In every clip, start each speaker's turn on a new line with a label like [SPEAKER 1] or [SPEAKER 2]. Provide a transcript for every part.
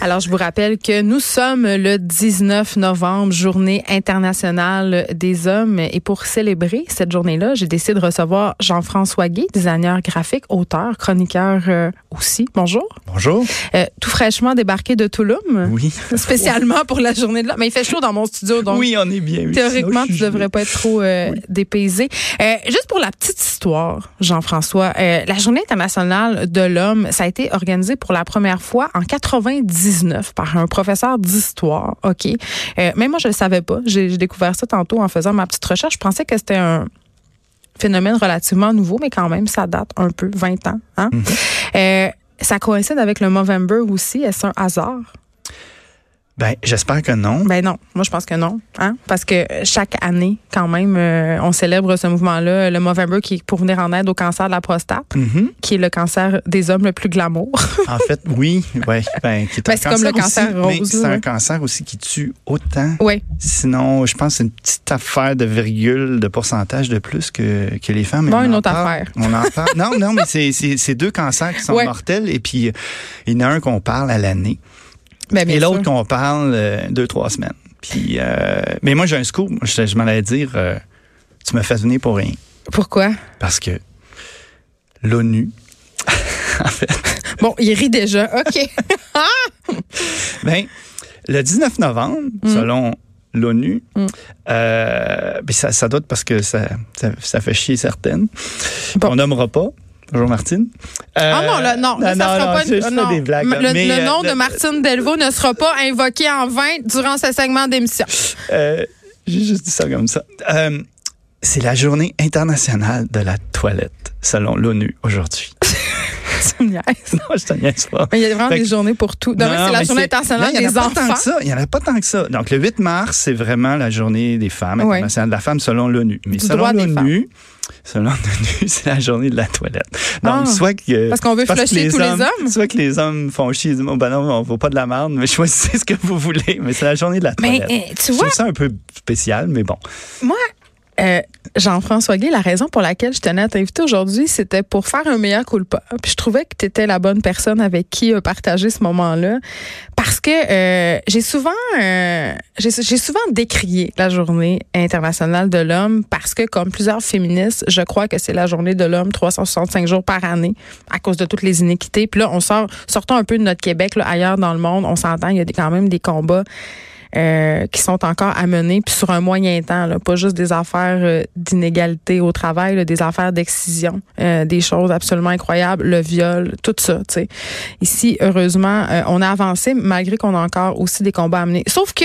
[SPEAKER 1] Alors, je vous rappelle que nous sommes le 19 novembre, journée internationale des hommes. Et pour célébrer cette journée-là, j'ai décidé de recevoir Jean-François Guy, designer graphique, auteur, chroniqueur euh, aussi. Bonjour.
[SPEAKER 2] Bonjour.
[SPEAKER 1] Euh, tout fraîchement débarqué de Tulum,
[SPEAKER 2] Oui.
[SPEAKER 1] spécialement pour la journée de l'homme. Mais il fait chaud dans mon studio, donc
[SPEAKER 2] oui, on est bien. oui.
[SPEAKER 1] Théoriquement,
[SPEAKER 2] Sinon, je
[SPEAKER 1] tu
[SPEAKER 2] suis
[SPEAKER 1] devrais pas être trop euh, dépaysé. Euh, juste pour la petite histoire, Jean-François, euh, la Journée internationale de l'homme, ça a été organisé pour la première fois en 99 par un professeur d'histoire. Ok, Euh, mais moi je le savais pas. J'ai j'ai découvert ça tantôt en faisant ma petite recherche. Je pensais que c'était un phénomène relativement nouveau, mais quand même ça date un peu, 20 ans. hein.
[SPEAKER 2] Mm-hmm.
[SPEAKER 1] Euh, ça coïncide avec le Movember aussi. Est-ce un hasard?
[SPEAKER 2] Ben, j'espère que non.
[SPEAKER 1] Ben non, moi je pense que non, hein, parce que chaque année, quand même, euh, on célèbre ce mouvement-là, le Movember, qui est pour venir en aide au cancer de la prostate,
[SPEAKER 2] Mhm.
[SPEAKER 1] qui est le cancer des hommes le plus glamour.
[SPEAKER 2] En fait, oui, ouais, ben, qui est un
[SPEAKER 1] Ben, c'est comme le cancer
[SPEAKER 2] aussi, mais
[SPEAKER 1] rose,
[SPEAKER 2] C'est
[SPEAKER 1] ouais.
[SPEAKER 2] un cancer aussi qui tue autant.
[SPEAKER 1] oui,
[SPEAKER 2] Sinon, je pense que c'est une petite affaire de virgule, de pourcentage de plus que, que les femmes. mais
[SPEAKER 1] Bon,
[SPEAKER 2] on
[SPEAKER 1] une
[SPEAKER 2] en
[SPEAKER 1] autre
[SPEAKER 2] parle.
[SPEAKER 1] affaire.
[SPEAKER 2] On en parle. Non, non, mais c'est- c'est c'est deux cancers qui sont
[SPEAKER 1] Ouais.
[SPEAKER 2] mortels. Et puis, euh, il y en a un qu'on parle à l'année.
[SPEAKER 1] ben bien
[SPEAKER 2] et l'autre
[SPEAKER 1] sûr.
[SPEAKER 2] qu'on parle euh, deux, trois semaines. Puis, euh, mais moi, j'ai un scoop. Je, je m'en allais dire, euh, tu me fais venir pour rien.
[SPEAKER 1] Pourquoi
[SPEAKER 2] Parce que l'ONU,
[SPEAKER 1] Bon, il rit déjà. Ok.
[SPEAKER 2] ben, le 19 novembre,
[SPEAKER 1] Mm.
[SPEAKER 2] selon l'ONU, euh, ben, ça, ça doit être parce que ça, ça, ça fait chier certaines.
[SPEAKER 1] Bon.
[SPEAKER 2] On nommera pas. Bonjour Martine. Euh,
[SPEAKER 1] Ah non, là, non, là, ça sera pas
[SPEAKER 2] je- je fais
[SPEAKER 1] non.
[SPEAKER 2] des blagues,
[SPEAKER 1] Le-
[SPEAKER 2] mais,
[SPEAKER 1] le
[SPEAKER 2] euh,
[SPEAKER 1] nom de
[SPEAKER 2] le-
[SPEAKER 1] Martine Delvaux ne sera pas invoqué en vain durant ce segment d'émission.
[SPEAKER 2] Euh, J'ai juste dit ça comme ça. Euh, c'est la journée internationale de la toilette, selon l'ONU aujourd'hui.
[SPEAKER 1] Tu me niaises.
[SPEAKER 2] non, je te niaise pas.
[SPEAKER 1] Mais il y a vraiment
[SPEAKER 2] Fait que-
[SPEAKER 1] des journées pour tout.
[SPEAKER 2] Non,
[SPEAKER 1] Demain, c'est la
[SPEAKER 2] mais
[SPEAKER 1] journée
[SPEAKER 2] là,
[SPEAKER 1] internationale
[SPEAKER 2] il y en a
[SPEAKER 1] des
[SPEAKER 2] pas tant
[SPEAKER 1] enfants.
[SPEAKER 2] que ça. Il n'y en a pas tant que ça. Donc, le 8 mars, c'est vraiment la journée des femmes,
[SPEAKER 1] Ouais.
[SPEAKER 2] internationale de la femme selon l'ONU. Mais
[SPEAKER 1] Du droit
[SPEAKER 2] selon
[SPEAKER 1] des
[SPEAKER 2] l'ONU, selon l'ONU, c'est la journée de la toilette.
[SPEAKER 1] Ah.
[SPEAKER 2] Donc, soit que.
[SPEAKER 1] Parce qu'on veut
[SPEAKER 2] parce que
[SPEAKER 1] flusher tous les hommes?
[SPEAKER 2] Soit que les hommes font chier, ils disent, oh, ben non, on ne vaut pas de la merde, mais choisissez ce que vous voulez. Mais c'est la journée de la
[SPEAKER 1] Mais
[SPEAKER 2] toilette.
[SPEAKER 1] eh, tu
[SPEAKER 2] Je
[SPEAKER 1] vois,
[SPEAKER 2] trouve ça un peu spécial, mais bon.
[SPEAKER 1] Moi, euh, Jean-François Guy, la raison pour laquelle je tenais à t'inviter aujourd'hui, c'était pour faire un meilleur coup pas. Puis je trouvais que tu étais la bonne personne avec qui euh, partager ce moment-là. Parce que euh, j'ai souvent euh, j'ai j'ai souvent décrié la journée internationale de l'homme parce que, comme plusieurs féministes, je crois que c'est la journée de l'homme 365 jours par année à cause de toutes les inéquités. Puis là, on sort, sortons un peu de notre Québec, là, ailleurs dans le monde, on s'entend, il y a des- quand même des combats euh, qui sont encore à mener, puis sur un moyen temps, là, pas juste des affaires euh, d'inégalité au travail, là, des affaires d'excision, euh, des choses absolument incroyables, le viol, tout ça. tu sais. Ici, heureusement, euh, on a avancé malgré qu'on a encore aussi des combats à mener. Sauf que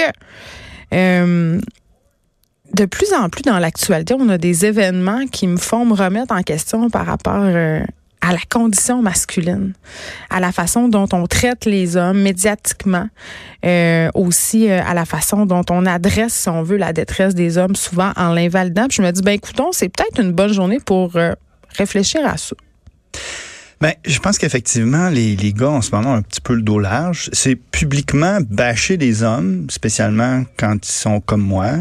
[SPEAKER 1] euh, de plus en plus dans l'actualité, on a des événements qui me font me remettre en question par rapport euh, à la condition masculine, à la façon dont on traite les hommes médiatiquement, euh, aussi euh, à la façon dont on adresse, si on veut, la détresse des hommes, souvent en l'invalidant. Puis je me dis, ben écoutons, c'est peut-être une bonne journée pour euh, réfléchir à ça.
[SPEAKER 2] Ben, je pense qu'effectivement, les, les gars en ce moment ont un petit peu le dos large. C'est publiquement bâcher les hommes, spécialement quand ils sont comme moi,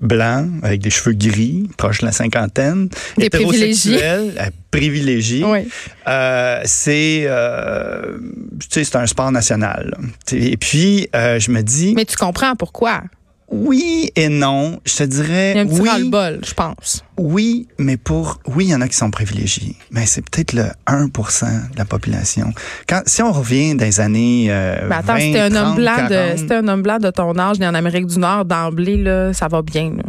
[SPEAKER 2] blancs, avec des cheveux gris, proches de la cinquantaine,
[SPEAKER 1] Des
[SPEAKER 2] hétérosexuels, euh, privilégiés.
[SPEAKER 1] Oui.
[SPEAKER 2] Euh, c'est, euh, tu sais, c'est un sport national. là. Tu sais, Et puis, euh, je me dis,
[SPEAKER 1] Mais tu comprends pourquoi.
[SPEAKER 2] oui et non. Je te dirais,
[SPEAKER 1] Il y a un petit
[SPEAKER 2] oui, Euh,
[SPEAKER 1] ras-le-bol, je pense.
[SPEAKER 2] oui, mais pour oui, il y en a qui sont privilégiés, mais c'est peut-être le 1% de la population. Quand si on revient des années euh,
[SPEAKER 1] Ben attends,
[SPEAKER 2] 20,
[SPEAKER 1] c'était un homme
[SPEAKER 2] 30,
[SPEAKER 1] blanc
[SPEAKER 2] 40,
[SPEAKER 1] de c'était un homme blanc de ton âge né en Amérique du Nord d'emblée là, ça va bien là.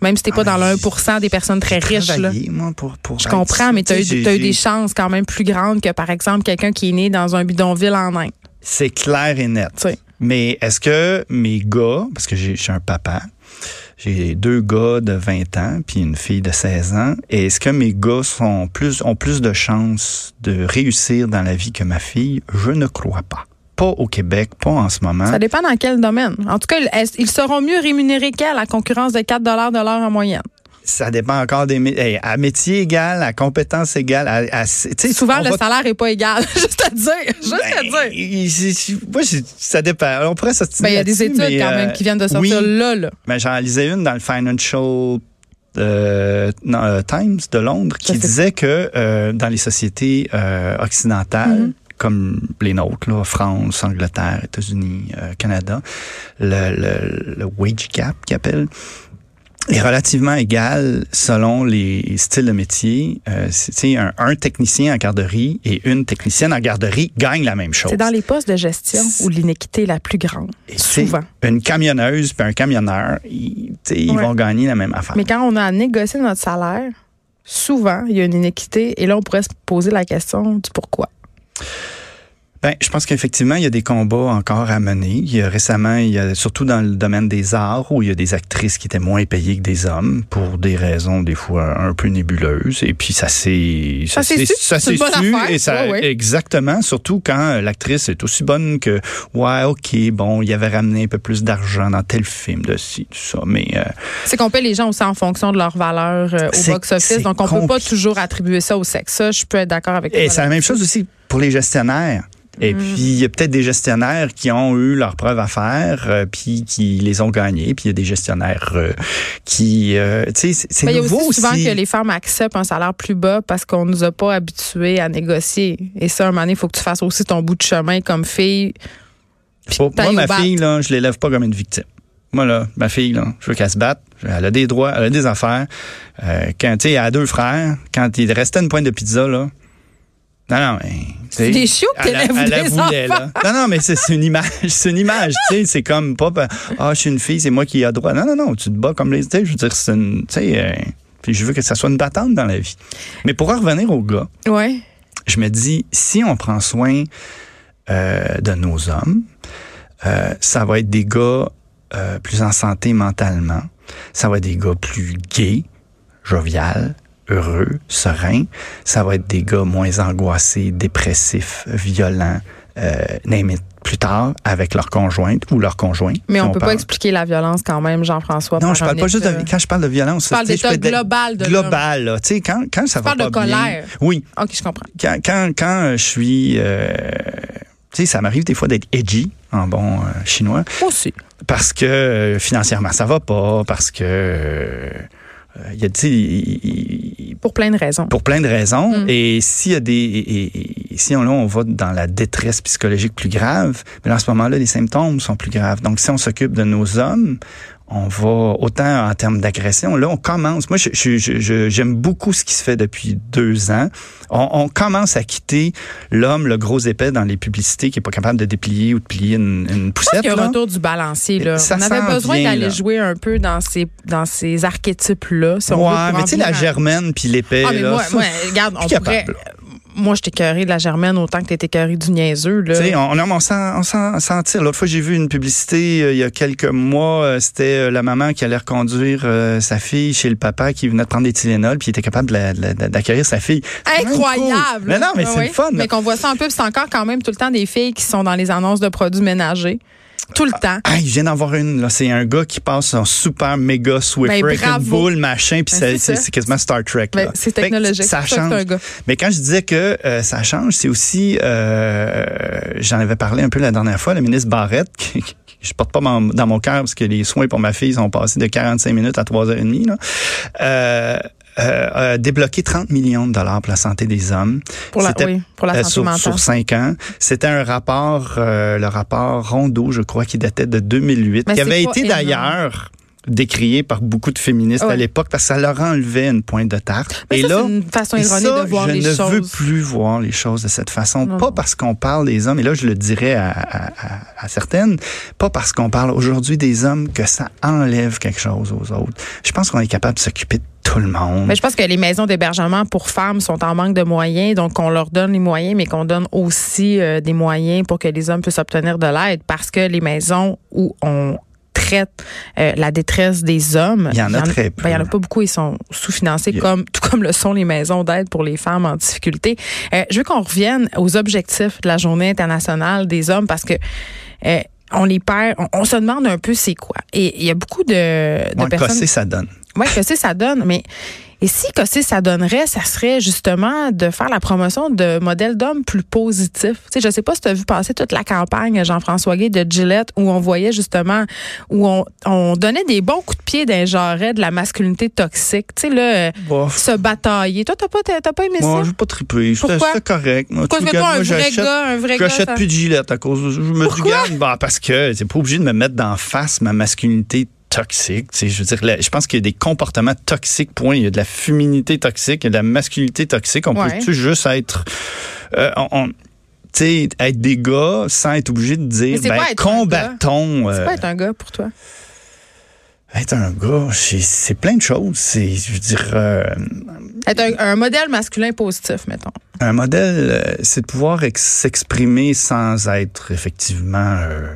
[SPEAKER 1] Même si t'es pas dans
[SPEAKER 2] Ah,
[SPEAKER 1] le
[SPEAKER 2] j'ai-
[SPEAKER 1] 1% des personnes très
[SPEAKER 2] j'ai
[SPEAKER 1] riches là.
[SPEAKER 2] travaillé, moi, pour, pour
[SPEAKER 1] Je
[SPEAKER 2] être ça.
[SPEAKER 1] comprends, mais tu as,
[SPEAKER 2] Tu sais, j'ai-
[SPEAKER 1] eu des
[SPEAKER 2] j'ai-
[SPEAKER 1] chances quand même plus grandes que, par exemple, quelqu'un qui est né dans un bidonville en Inde.
[SPEAKER 2] C'est clair et net.
[SPEAKER 1] Tu sais.
[SPEAKER 2] Mais est-ce que mes gars, parce que j'ai je suis un papa, j'ai deux gars de 20 ans puis une fille de 16 ans, et est-ce que mes gars sont plus ont plus de chances de réussir dans la vie que ma fille Je ne crois pas. Pas au Québec, pas en ce moment.
[SPEAKER 1] Ça dépend dans quel domaine. En tout cas, ils- elles- ils seront mieux rémunérés qu'elle à concurrence de 4 de l'heure en moyenne.
[SPEAKER 2] Ça dépend encore des mé- hey, à métier égal, à compétence égale, à, à- tu sais,
[SPEAKER 1] Souvent,
[SPEAKER 2] on
[SPEAKER 1] le
[SPEAKER 2] va-
[SPEAKER 1] salaire est pas égal. Juste à dire. Juste à
[SPEAKER 2] Ben,
[SPEAKER 1] dire.
[SPEAKER 2] il- c'est- c'est- moi, j'ai- ça dépend. On pourrait
[SPEAKER 1] Ben,
[SPEAKER 2] s'obstiner
[SPEAKER 1] il y a des études
[SPEAKER 2] là-dessus, mais,
[SPEAKER 1] quand
[SPEAKER 2] euh,
[SPEAKER 1] même qui viennent de sortir
[SPEAKER 2] oui, Oh.
[SPEAKER 1] là, là.
[SPEAKER 2] mais j'en lisais une dans le Financial euh, non, euh, Times de Londres
[SPEAKER 1] Je
[SPEAKER 2] qui
[SPEAKER 1] sais. Mm-hmm.
[SPEAKER 2] disait que euh, dans les sociétés euh, occidentales, comme les nôtres, là, France, Angleterre, États-Unis, euh, Canada, le, le, le wage gap qu'ils appellent, est relativement égal selon les styles de métier. Euh, c'est- tu sais, un, un technicien en garderie et une technicienne en garderie gagnent la même chose.
[SPEAKER 1] C'est dans les postes de gestion où l'inéquité est la plus grande,
[SPEAKER 2] Et c'est
[SPEAKER 1] souvent.
[SPEAKER 2] Une camionneuse puis un camionneur, ils, tu sais, ils
[SPEAKER 1] Ouais.
[SPEAKER 2] vont gagner la même affaire.
[SPEAKER 1] Mais quand on a à négocier notre salaire, souvent, il y a une inéquité. Et là, on pourrait se poser la question du pourquoi.
[SPEAKER 2] Ben, je pense qu'effectivement, il y a des combats encore à mener. Il y a récemment, il y a, surtout dans le domaine des arts, où il y a des actrices qui étaient moins payées que des hommes pour des raisons des fois un peu nébuleuses. Et puis ça s'est
[SPEAKER 1] Ça s'est su,
[SPEAKER 2] ça
[SPEAKER 1] c'est
[SPEAKER 2] s'est
[SPEAKER 1] une bonne
[SPEAKER 2] su
[SPEAKER 1] affaire,
[SPEAKER 2] et ça
[SPEAKER 1] ouais, ouais.
[SPEAKER 2] exactement. Surtout quand l'actrice est aussi bonne que ouais, ok, bon, il y avait ramené un peu plus d'argent dans tel film de ci, tout ça, mais euh,
[SPEAKER 1] C'est qu'on paie les gens aussi en fonction de leur valeur euh, au
[SPEAKER 2] C'est-
[SPEAKER 1] box-office.
[SPEAKER 2] c'est
[SPEAKER 1] Donc, on peut pas
[SPEAKER 2] compliqué.
[SPEAKER 1] toujours attribuer ça au sexe. Ça, je peux être d'accord avec
[SPEAKER 2] Et
[SPEAKER 1] toi
[SPEAKER 2] c'est la
[SPEAKER 1] là-dessus.
[SPEAKER 2] même chose aussi pour les gestionnaires.
[SPEAKER 1] Mm.
[SPEAKER 2] Et puis, il y a peut-être des gestionnaires qui ont eu leurs preuves à faire, euh, puis qui les ont gagnées. Puis, il y a des gestionnaires euh, qui... euh, tu sais, c'est- c'est
[SPEAKER 1] Mais Ben, il y a
[SPEAKER 2] nouveau
[SPEAKER 1] aussi
[SPEAKER 2] aussi.
[SPEAKER 1] souvent que les femmes acceptent un salaire plus bas parce qu'on nous a pas habitués à négocier. Et ça, un moment donné, il faut que tu fasses aussi ton bout de chemin comme fille.
[SPEAKER 2] Pour-
[SPEAKER 1] taille
[SPEAKER 2] moi,
[SPEAKER 1] au
[SPEAKER 2] ma
[SPEAKER 1] batte.
[SPEAKER 2] fille, là, je l'élève pas comme une victime. Moi, là, ma fille, là, je veux qu'elle se batte. Elle a des droits, elle a des affaires. Euh, quand, tu sais, elle a deux frères. Quand il restait une pointe de pizza, là... Non, non, mais... tu sais,
[SPEAKER 1] C'est des chiots que
[SPEAKER 2] Elle, la-
[SPEAKER 1] t'élèves
[SPEAKER 2] elle la
[SPEAKER 1] des
[SPEAKER 2] voulait,
[SPEAKER 1] enfants.
[SPEAKER 2] là. Non, non, mais c'est c'est une image. C'est une image, tu sais. C'est comme pas, ben, ah, je suis une fille, c'est moi qui ai droit. Non, non, non, tu te bats comme les. Tu sais, je veux dire, c'est une. Tu sais, euh, puis je veux que ça soit une battante dans la vie. Mais pour en revenir au gars,
[SPEAKER 1] Ouais.
[SPEAKER 2] je me dis, si on prend soin euh, de nos hommes, euh, ça va être des gars euh, plus en santé mentalement. Ça va être des gars plus gays, jovial, heureux, sereins. Ça va être des gars moins angoissés, dépressifs, violents, euh, name it, plus tard avec leur conjointe ou leur conjoint.
[SPEAKER 1] Mais
[SPEAKER 2] si
[SPEAKER 1] on peut pas
[SPEAKER 2] parle.
[SPEAKER 1] expliquer la violence quand même, Jean-François.
[SPEAKER 2] Non,
[SPEAKER 1] par
[SPEAKER 2] je parle
[SPEAKER 1] un
[SPEAKER 2] pas juste
[SPEAKER 1] état-
[SPEAKER 2] de, quand je parle de violence.
[SPEAKER 1] Tu parles
[SPEAKER 2] tu sais, je
[SPEAKER 1] d'état
[SPEAKER 2] fais de-
[SPEAKER 1] global de l'homme.
[SPEAKER 2] global, là, tu sais, quand quand ça va
[SPEAKER 1] parles
[SPEAKER 2] pas
[SPEAKER 1] de
[SPEAKER 2] bien-
[SPEAKER 1] colère.
[SPEAKER 2] Oui,
[SPEAKER 1] OK, je comprends.
[SPEAKER 2] quand, quand, quand je suis. euh, tu sais, ça m'arrive des fois d'être edgy en bon euh, chinois
[SPEAKER 1] Aussi.
[SPEAKER 2] parce que euh, financièrement ça va pas, parce que. euh, euh, il y a, tu sais, il- il- il-
[SPEAKER 1] Pour plein de raisons.
[SPEAKER 2] pour plein de raisons.
[SPEAKER 1] Mm.
[SPEAKER 2] Et s'il y a des. et- et- et si on, là, on va dans la détresse psychologique plus grave, mais là, à ce moment-là, les symptômes sont plus graves. Donc, si on s'occupe de nos hommes, on va autant en termes d'agression. Là, on commence. Moi, je- je- je- je- j'aime beaucoup ce qui se fait depuis deux ans. On, on commence à quitter l'homme, le gros épais dans les publicités qui est pas capable de déplier ou de plier une, une
[SPEAKER 1] Je pense
[SPEAKER 2] poussette.
[SPEAKER 1] qu'il y a un
[SPEAKER 2] là.
[SPEAKER 1] retour du balancier. Là.
[SPEAKER 2] Ça
[SPEAKER 1] On avait
[SPEAKER 2] s'en
[SPEAKER 1] besoin
[SPEAKER 2] vient,
[SPEAKER 1] d'aller
[SPEAKER 2] là.
[SPEAKER 1] jouer un peu dans ces, dans ces archétypes-là. Si on veut,
[SPEAKER 2] ouais,
[SPEAKER 1] pour
[SPEAKER 2] mais
[SPEAKER 1] en
[SPEAKER 2] tu sais, la
[SPEAKER 1] venir à-
[SPEAKER 2] germaine puis l'épais,
[SPEAKER 1] Ah, mais
[SPEAKER 2] là,
[SPEAKER 1] moi,
[SPEAKER 2] ça,
[SPEAKER 1] moi,
[SPEAKER 2] je suis
[SPEAKER 1] regarde, on
[SPEAKER 2] plus
[SPEAKER 1] pourrait.
[SPEAKER 2] capable, là.
[SPEAKER 1] Moi, je t'écœurée de la germaine autant que t'es écœurée du niaiseux. Là.
[SPEAKER 2] Tu sais, on, non, mais on s'en- on s'en- on s'en tire. L'autre fois, j'ai vu une publicité euh, il y a quelques mois. euh, C'était euh, la maman qui allait reconduire euh, sa fille chez le papa qui venait de prendre des Tylenol puis il était capable de la- de la- d'accueillir sa fille. C'est quand même
[SPEAKER 1] Incroyable!
[SPEAKER 2] cool. Mais non, mais
[SPEAKER 1] Ah
[SPEAKER 2] c'est
[SPEAKER 1] oui.
[SPEAKER 2] le fun. là.
[SPEAKER 1] Mais qu'on voit ça un peu, c'est encore quand même tout le temps des filles qui sont dans les annonces de produits ménagers. Tout le temps. Ben,
[SPEAKER 2] Ah, il vient d'en voir une. là. C'est un gars qui passe un super méga Swiffer
[SPEAKER 1] Ben,
[SPEAKER 2] avec une
[SPEAKER 1] bravo.
[SPEAKER 2] boule, machin, puis
[SPEAKER 1] Ben, c'est
[SPEAKER 2] c'est-
[SPEAKER 1] ça.
[SPEAKER 2] c'est c'est quasiment Star Trek.
[SPEAKER 1] Ben,
[SPEAKER 2] là.
[SPEAKER 1] c'est
[SPEAKER 2] Fait que
[SPEAKER 1] technologique.
[SPEAKER 2] Ça
[SPEAKER 1] C'est pour ça que c'est un
[SPEAKER 2] change.
[SPEAKER 1] gars.
[SPEAKER 2] Mais quand je disais que euh, ça change, c'est aussi, euh, j'en avais parlé un peu la dernière fois, le ministre Barrette, qui- qui- je porte pas mon- dans mon cœur parce que les soins pour ma fille sont passés de 45 minutes à 3h30, là, euh, euh, a débloqué 30 millions de dollars pour la santé des hommes.
[SPEAKER 1] Pour la,
[SPEAKER 2] C'était
[SPEAKER 1] oui, pour la
[SPEAKER 2] euh,
[SPEAKER 1] santé
[SPEAKER 2] sur,
[SPEAKER 1] mentale.
[SPEAKER 2] sur cinq ans. C'était un rapport, euh, le rapport Rondeau, je crois, qui datait de 2008,
[SPEAKER 1] Mais c'est
[SPEAKER 2] qui avait
[SPEAKER 1] pas
[SPEAKER 2] été
[SPEAKER 1] énorme. Ah
[SPEAKER 2] d'ailleurs décrié par beaucoup de féministes
[SPEAKER 1] Ouais.
[SPEAKER 2] à l'époque parce que ça leur enlevait une pointe de tarte.
[SPEAKER 1] Mais
[SPEAKER 2] Et
[SPEAKER 1] ça,
[SPEAKER 2] là,
[SPEAKER 1] c'est une façon
[SPEAKER 2] et
[SPEAKER 1] erronée
[SPEAKER 2] ça,
[SPEAKER 1] de voir
[SPEAKER 2] je
[SPEAKER 1] les
[SPEAKER 2] ne
[SPEAKER 1] choses.
[SPEAKER 2] veux plus voir les choses de cette façon.
[SPEAKER 1] Non,
[SPEAKER 2] pas
[SPEAKER 1] non.
[SPEAKER 2] parce qu'on parle des hommes, et là je le dirais à, à- à- à certaines, pas parce qu'on parle aujourd'hui des hommes que ça enlève quelque chose aux autres. Je pense qu'on est capable de s'occuper de tout le monde.
[SPEAKER 1] Mais je pense que les maisons d'hébergement pour femmes sont en manque de moyens, donc on leur donne les moyens, mais qu'on donne aussi euh, des moyens pour que les hommes puissent obtenir de l'aide, parce que les maisons où on traite euh, la détresse des hommes,
[SPEAKER 2] Il y en a très peu.
[SPEAKER 1] ben, il y en a pas beaucoup, ils sont sous-financés,
[SPEAKER 2] Il y a-
[SPEAKER 1] comme tout comme le sont les maisons d'aide pour les femmes en difficulté. Euh, je veux qu'on revienne aux objectifs de la Journée internationale des hommes, parce que euh, on les perd, on, on se demande un peu c'est quoi. Et il y a beaucoup de, de
[SPEAKER 2] Moi,
[SPEAKER 1] personnes
[SPEAKER 2] casser, ça donne.
[SPEAKER 1] oui, que c'est ça donne, mais Et si que ça donnerait, ça serait justement de faire la promotion de modèles d'hommes plus positifs. Tu sais, je sais pas si tu as vu passer toute la campagne Jean-François Gay de Gillette où on voyait justement où on, on donnait des bons coups de pied d'un genre de la masculinité toxique. Tu sais là, euh,
[SPEAKER 2] Bof.
[SPEAKER 1] se batailler. Toi t'as pas t'as t'as pas aimé
[SPEAKER 2] Moi,
[SPEAKER 1] ça
[SPEAKER 2] je veux pas triper. Je
[SPEAKER 1] Pourquoi?
[SPEAKER 2] suis correct. Moi,
[SPEAKER 1] Pourquoi
[SPEAKER 2] tu
[SPEAKER 1] tu
[SPEAKER 2] me
[SPEAKER 1] mets pas
[SPEAKER 2] gardes,
[SPEAKER 1] un
[SPEAKER 2] moi,
[SPEAKER 1] vrai
[SPEAKER 2] j'achète-
[SPEAKER 1] gars, un vrai gars
[SPEAKER 2] J'achète
[SPEAKER 1] ça-
[SPEAKER 2] plus de gilettes à cause de ça. Je me dis,
[SPEAKER 1] Pourquoi?
[SPEAKER 2] garde, bah, parce que c'est pas obligé de me mettre d'en face ma masculinité toxique. Tu sais, je veux dire, là, je pense qu'il y a des comportements toxiques, point. Il y a de la féminité toxique, il y a de la masculinité toxique. On
[SPEAKER 1] Ouais.
[SPEAKER 2] peut-tu juste être, euh, on- on- tu sais, être des gars sans être obligé de dire,
[SPEAKER 1] Mais c'est
[SPEAKER 2] ben,
[SPEAKER 1] quoi être un
[SPEAKER 2] combattons.
[SPEAKER 1] C'est
[SPEAKER 2] euh,
[SPEAKER 1] pas être un gars pour toi.
[SPEAKER 2] être un gars, c'est- c'est plein de choses. C'est, je veux dire, euh,
[SPEAKER 1] Être un, un modèle masculin positif, mettons.
[SPEAKER 2] Un modèle, euh, c'est de pouvoir ex- s'exprimer sans être effectivement euh,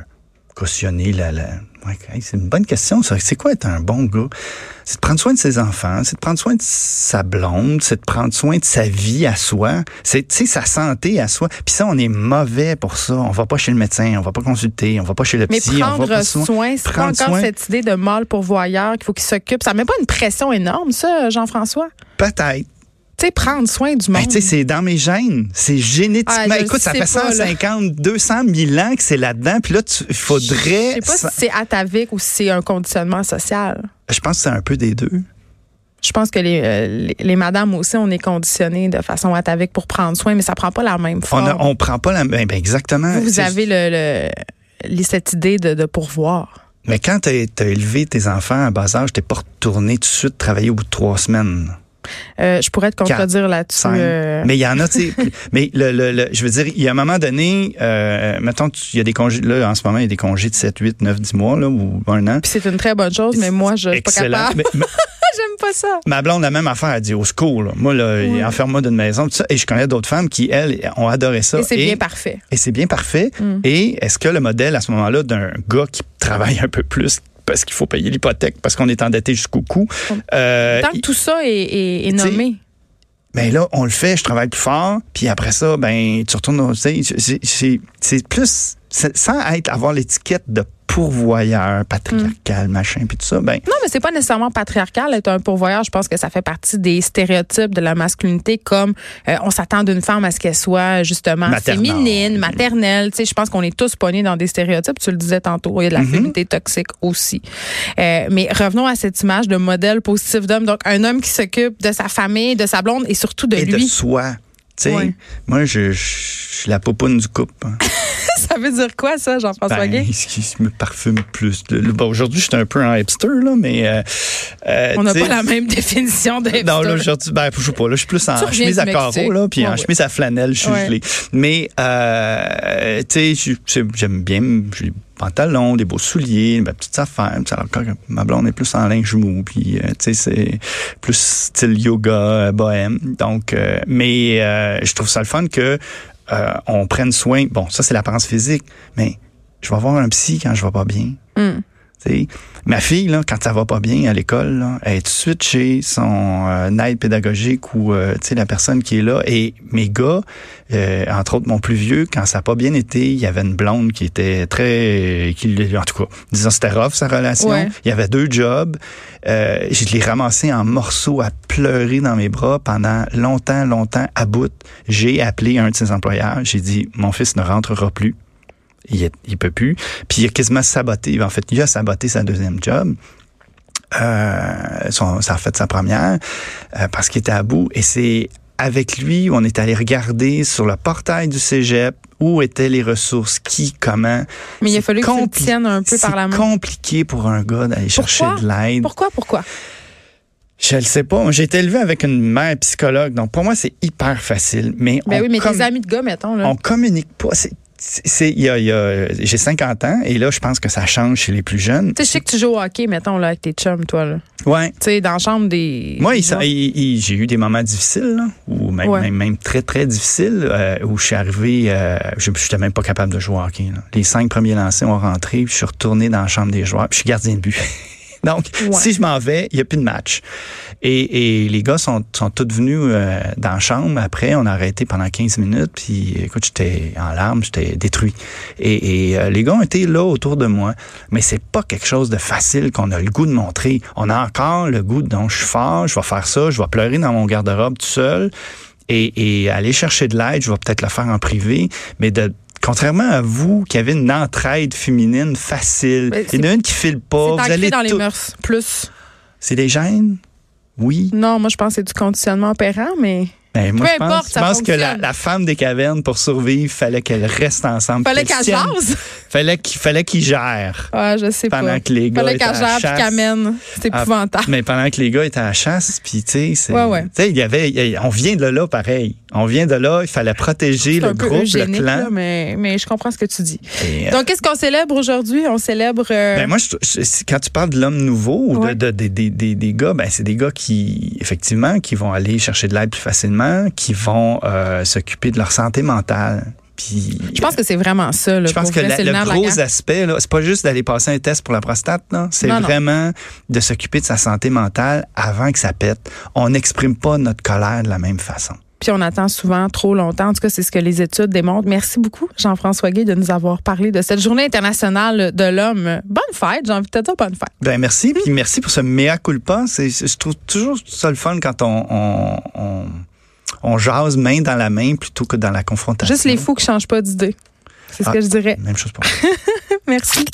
[SPEAKER 2] cautionné. La, la... Ouais, hey, c'est une bonne question, ça. C'est quoi être un bon gars? C'est de prendre soin de ses enfants, c'est de prendre soin de sa blonde, c'est de prendre soin de sa vie à soi, c'est tu sais, sa santé à soi. Puis ça, on est mauvais pour ça. On va pas chez le médecin, on va pas consulter, on va pas chez le
[SPEAKER 1] Mais
[SPEAKER 2] psy, on va
[SPEAKER 1] prendre
[SPEAKER 2] pas soin.
[SPEAKER 1] soin, c'est pas
[SPEAKER 2] Prendre
[SPEAKER 1] encore
[SPEAKER 2] soin.
[SPEAKER 1] cette idée de mâle pourvoyeur qu'il faut qu'il s'occupe. Ça met pas une pression énorme, ça, Jean-François?
[SPEAKER 2] Peut-être.
[SPEAKER 1] Tu sais, prendre soin du
[SPEAKER 2] Ben,
[SPEAKER 1] monde.
[SPEAKER 2] tu sais, c'est dans mes gènes. C'est génétiquement.
[SPEAKER 1] Ah, je le
[SPEAKER 2] Écoute, ça
[SPEAKER 1] sais
[SPEAKER 2] fait
[SPEAKER 1] pas, là.
[SPEAKER 2] 150, 200 000 ans que c'est là-dedans. Puis là, tu- il
[SPEAKER 1] Je
[SPEAKER 2] faudrait.
[SPEAKER 1] sais pas
[SPEAKER 2] ça-
[SPEAKER 1] si c'est atavique ou si c'est un conditionnement social.
[SPEAKER 2] Je pense que c'est un peu des deux.
[SPEAKER 1] Je pense que les, euh, les, les madames aussi, on est conditionnés de façon atavique pour prendre soin, mais ça prend pas la même
[SPEAKER 2] On
[SPEAKER 1] forme.
[SPEAKER 2] a- on prend pas la ben, ben, exactement.
[SPEAKER 1] vous, vous
[SPEAKER 2] C'est-
[SPEAKER 1] avez le, le- les- cette idée de, de pourvoir.
[SPEAKER 2] Mais quand t'as as élevé tes enfants à bas âge, t'es pas retourné tout de suite travailler au bout de trois semaines.
[SPEAKER 1] Euh, je pourrais te contredire là-dessus.
[SPEAKER 2] cinq.
[SPEAKER 1] euh,
[SPEAKER 2] Mais il y en a, tu sais. mais le, le, le- je veux dire, il y a un moment donné, euh, mettons, tu- il y a des congés, là, en ce moment, il y a des congés de 7, 8, 9, 10 mois, là, ou un an.
[SPEAKER 1] Puis c'est une très bonne chose, mais moi, je suis pas
[SPEAKER 2] Excellent.
[SPEAKER 1] capable.
[SPEAKER 2] Mais- mais-
[SPEAKER 1] J'aime pas ça.
[SPEAKER 2] Ma blonde, la même affaire, elle dit au secours, là. Moi, là,
[SPEAKER 1] Ouais.
[SPEAKER 2] enferme-moi d'une maison, tout ça. Et je connais d'autres femmes qui, elles, ont adoré ça.
[SPEAKER 1] Et c'est bien parfait.
[SPEAKER 2] Et c'est bien parfait.
[SPEAKER 1] Mm.
[SPEAKER 2] Et est-ce que le modèle à ce moment-là d'un gars qui travaille un peu plus parce qu'il faut payer l'hypothèque, parce qu'on est endetté jusqu'au cou, euh,
[SPEAKER 1] Tant que
[SPEAKER 2] il-
[SPEAKER 1] tout ça est, est- est
[SPEAKER 2] Tu sais,
[SPEAKER 1] nommé.
[SPEAKER 2] ben là, on le fait, je travaille plus fort, puis après ça, ben tu retournes au... tu sais, c'est- C'est c'est plus... c'est- Sans être avoir l'étiquette de pourvoyeur, patriarcal, machin, puis tout ça, ben
[SPEAKER 1] Mm. Non, mais c'est pas nécessairement patriarcal être un pourvoyeur. Je pense que ça fait partie des stéréotypes de la masculinité, comme euh, on s'attend d'une femme à ce qu'elle soit justement
[SPEAKER 2] Maternelle.
[SPEAKER 1] féminine, maternelle. Tu sais, je pense qu'on est tous pognés dans des stéréotypes. Tu le disais tantôt, il y a de la
[SPEAKER 2] Mm-hmm.
[SPEAKER 1] féminité toxique aussi. Euh, mais revenons à cette image de modèle positif d'homme. Donc, un homme qui s'occupe de sa famille, de sa blonde et surtout de
[SPEAKER 2] et de
[SPEAKER 1] lui.
[SPEAKER 2] soi. Tu sais,
[SPEAKER 1] Ouais.
[SPEAKER 2] moi, je, je- je suis la popoune du couple. hein.
[SPEAKER 1] ça veut dire quoi, ça, Jean-François
[SPEAKER 2] Ben,
[SPEAKER 1] Ah, Gay?
[SPEAKER 2] je, je me parfume plus. Le- le- bon, aujourd'hui, je suis un peu un hipster, là, mais... euh, euh,
[SPEAKER 1] On n'a
[SPEAKER 2] tu sais,
[SPEAKER 1] pas la même définition de
[SPEAKER 2] Non,
[SPEAKER 1] hipster.
[SPEAKER 2] là, aujourd'hui, ben, je sais pas, là, je suis plus
[SPEAKER 1] Tu
[SPEAKER 2] en
[SPEAKER 1] reviens
[SPEAKER 2] chemise
[SPEAKER 1] du
[SPEAKER 2] à carreau,
[SPEAKER 1] Mexique.
[SPEAKER 2] là, puis
[SPEAKER 1] Ouais,
[SPEAKER 2] en
[SPEAKER 1] ouais.
[SPEAKER 2] chemise à flanelle, je suis
[SPEAKER 1] Ouais.
[SPEAKER 2] gelé. Mais, euh, tu sais, je- je- j'aime bien, j'ai des pantalons, des beaux souliers, ma petite affaire, puis ça, encore, ma blonde est plus en linge mou, puis, euh, tu sais, c'est plus style yoga, euh, bohème. Donc, euh, mais, euh, je trouve ça le fun que, euh, on prenne soin, bon, ça, c'est l'apparence physique, mais je vais voir un psy quand je vais pas bien.
[SPEAKER 1] Hum.
[SPEAKER 2] T'sais, ma fille, là, quand ça va pas bien à l'école, là, elle est tout de suite chez son euh, aide pédagogique ou euh, t'sais, la personne qui est là. Et mes gars, euh, entre autres mon plus vieux, quand ça n'a pas bien été, il y avait une blonde qui était très... Qui, lui- en tout cas, disons, c'était rough sa relation.
[SPEAKER 1] Ouais.
[SPEAKER 2] Il y avait deux jobs. Euh, je l'ai ramassé en morceaux à pleurer dans mes bras pendant longtemps, longtemps, à bout. J'ai appelé un de ses employeurs. J'ai dit, mon fils ne rentrera plus. Il, est- il peut plus. Puis il a quasiment saboté. En fait, il a saboté sa deuxième job. Euh, son- ça a fait sa première euh, parce qu'il était à bout. Et c'est avec lui où on est allé regarder sur le portail du cégep où étaient les ressources, qui, comment.
[SPEAKER 1] Mais il a
[SPEAKER 2] C'est
[SPEAKER 1] fallu que tu le
[SPEAKER 2] compli-
[SPEAKER 1] tiennes un peu
[SPEAKER 2] C'est
[SPEAKER 1] par la main.
[SPEAKER 2] compliqué pour un gars d'aller chercher
[SPEAKER 1] Pourquoi?
[SPEAKER 2] de l'aide.
[SPEAKER 1] Pourquoi, pourquoi?
[SPEAKER 2] Je le sais pas. Moi, J'ai été élevé avec une mère psychologue, donc pour moi c'est hyper facile. Mais
[SPEAKER 1] Ben
[SPEAKER 2] on
[SPEAKER 1] oui, mais
[SPEAKER 2] com-
[SPEAKER 1] tes amis de gars, mettons, là.
[SPEAKER 2] on communique pas. C'est- c'est- c'est- il y a- il y a- j'ai 50 ans et là je pense que ça change chez les plus jeunes.
[SPEAKER 1] Tu sais, je sais que tu joues au hockey, mettons, là, avec tes chums, toi, là.
[SPEAKER 2] Ouais.
[SPEAKER 1] Tu sais, dans la chambre des.
[SPEAKER 2] Moi, il-
[SPEAKER 1] des gens.
[SPEAKER 2] il- il- j'ai eu des moments difficiles, là, ou même,
[SPEAKER 1] Ouais.
[SPEAKER 2] même, même très, très difficiles, euh, où je suis arrivé, euh, je n'étais même pas capable de jouer au hockey. là. Les cinq premiers lancers ont rentré, puis je suis retourné dans la chambre des joueurs, puis je suis gardien de but. Donc,
[SPEAKER 1] Ouais.
[SPEAKER 2] si je m'en vais, il n'y a plus de match. Et, et les gars sont, sont tous venus euh, dans la chambre. Après, on a arrêté pendant 15 minutes. Puis, écoute, j'étais en larmes, j'étais détruit. Et, et, euh, les gars ont été là autour de moi. Mais c'est pas quelque chose de facile qu'on a le goût de montrer. On a encore le goût de, donc, je suis fort, je vais faire ça, je vais pleurer dans mon garde-robe tout seul. Et, et aller chercher de l'aide, je vais peut-être le faire en privé. Mais de... Contrairement à vous, qui avez une entraide féminine facile,
[SPEAKER 1] Mais
[SPEAKER 2] il y en a une qui file pas, vous
[SPEAKER 1] c'est ancré
[SPEAKER 2] allez
[SPEAKER 1] dans les
[SPEAKER 2] tout-
[SPEAKER 1] mœurs. Plus.
[SPEAKER 2] c'est des gènes? Oui.
[SPEAKER 1] Non, moi, je pense que c'est du conditionnement opérant, mais
[SPEAKER 2] Ben, moi,
[SPEAKER 1] Peu
[SPEAKER 2] je pense,
[SPEAKER 1] importe,
[SPEAKER 2] je
[SPEAKER 1] ça
[SPEAKER 2] pense que la,
[SPEAKER 1] fonctionne.
[SPEAKER 2] la femme des cavernes, pour survivre, fallait qu'elle reste ensemble.
[SPEAKER 1] fallait
[SPEAKER 2] qu'elle
[SPEAKER 1] qu'elle
[SPEAKER 2] tienne.
[SPEAKER 1] jase.
[SPEAKER 2] Fallait qu'il fallait qu'ils gèrent.
[SPEAKER 1] Ah, je sais
[SPEAKER 2] Pendant
[SPEAKER 1] pas.
[SPEAKER 2] que les gars
[SPEAKER 1] Fallait
[SPEAKER 2] étaient
[SPEAKER 1] qu'elle
[SPEAKER 2] à la
[SPEAKER 1] gère puis
[SPEAKER 2] chasse.
[SPEAKER 1] qu'elle amène. C'est
[SPEAKER 2] Ah,
[SPEAKER 1] épouvantable.
[SPEAKER 2] Mais pendant que les gars étaient à la chasse, puis tu sais, c'est-
[SPEAKER 1] Ouais, ouais.
[SPEAKER 2] tu sais, il y avait, il y- on vient de là, pareil. On vient de là, il fallait protéger
[SPEAKER 1] C'est
[SPEAKER 2] le
[SPEAKER 1] un peu
[SPEAKER 2] groupe, le
[SPEAKER 1] eugénique,
[SPEAKER 2] clan.
[SPEAKER 1] là, mais, mais je comprends ce que tu dis.
[SPEAKER 2] Et, euh,
[SPEAKER 1] Donc, qu'est-ce qu'on célèbre aujourd'hui? On célèbre. euh,
[SPEAKER 2] Ben moi, je- je- c'est- quand tu parles de l'homme nouveau ou de-
[SPEAKER 1] Ouais.
[SPEAKER 2] de- des- des- des- des gars, ben c'est des gars qui, effectivement, qui vont aller chercher de l'aide plus facilement, qui vont euh, s'occuper de leur santé mentale. Puis,
[SPEAKER 1] je pense que c'est vraiment ça. Là,
[SPEAKER 2] Je pense
[SPEAKER 1] pour
[SPEAKER 2] que
[SPEAKER 1] vrai,
[SPEAKER 2] la-
[SPEAKER 1] c'est
[SPEAKER 2] le
[SPEAKER 1] nerf de la
[SPEAKER 2] gros
[SPEAKER 1] guerre.
[SPEAKER 2] aspect, là, c'est pas juste d'aller passer un test pour la prostate, là. c'est
[SPEAKER 1] Non, non.
[SPEAKER 2] vraiment de s'occuper de sa santé mentale avant que ça pète. On n'exprime pas notre colère de la même façon.
[SPEAKER 1] Puis on attend souvent trop longtemps. En tout cas, c'est ce que les études démontrent. Merci beaucoup, Jean-François Guy, de nous avoir parlé de cette journée internationale de l'homme. Bonne fête, j'ai envie de te dire bonne fête.
[SPEAKER 2] Ben merci,
[SPEAKER 1] Hmm.
[SPEAKER 2] puis merci pour ce mea culpa. C'est, c'est- je trouve toujours ça le fun quand on, on, on, on jase main dans la main plutôt que dans la confrontation.
[SPEAKER 1] Juste les fous qui changent pas d'idée. C'est ce
[SPEAKER 2] Ah.
[SPEAKER 1] que je dirais.
[SPEAKER 2] Même chose pour moi.
[SPEAKER 1] Merci.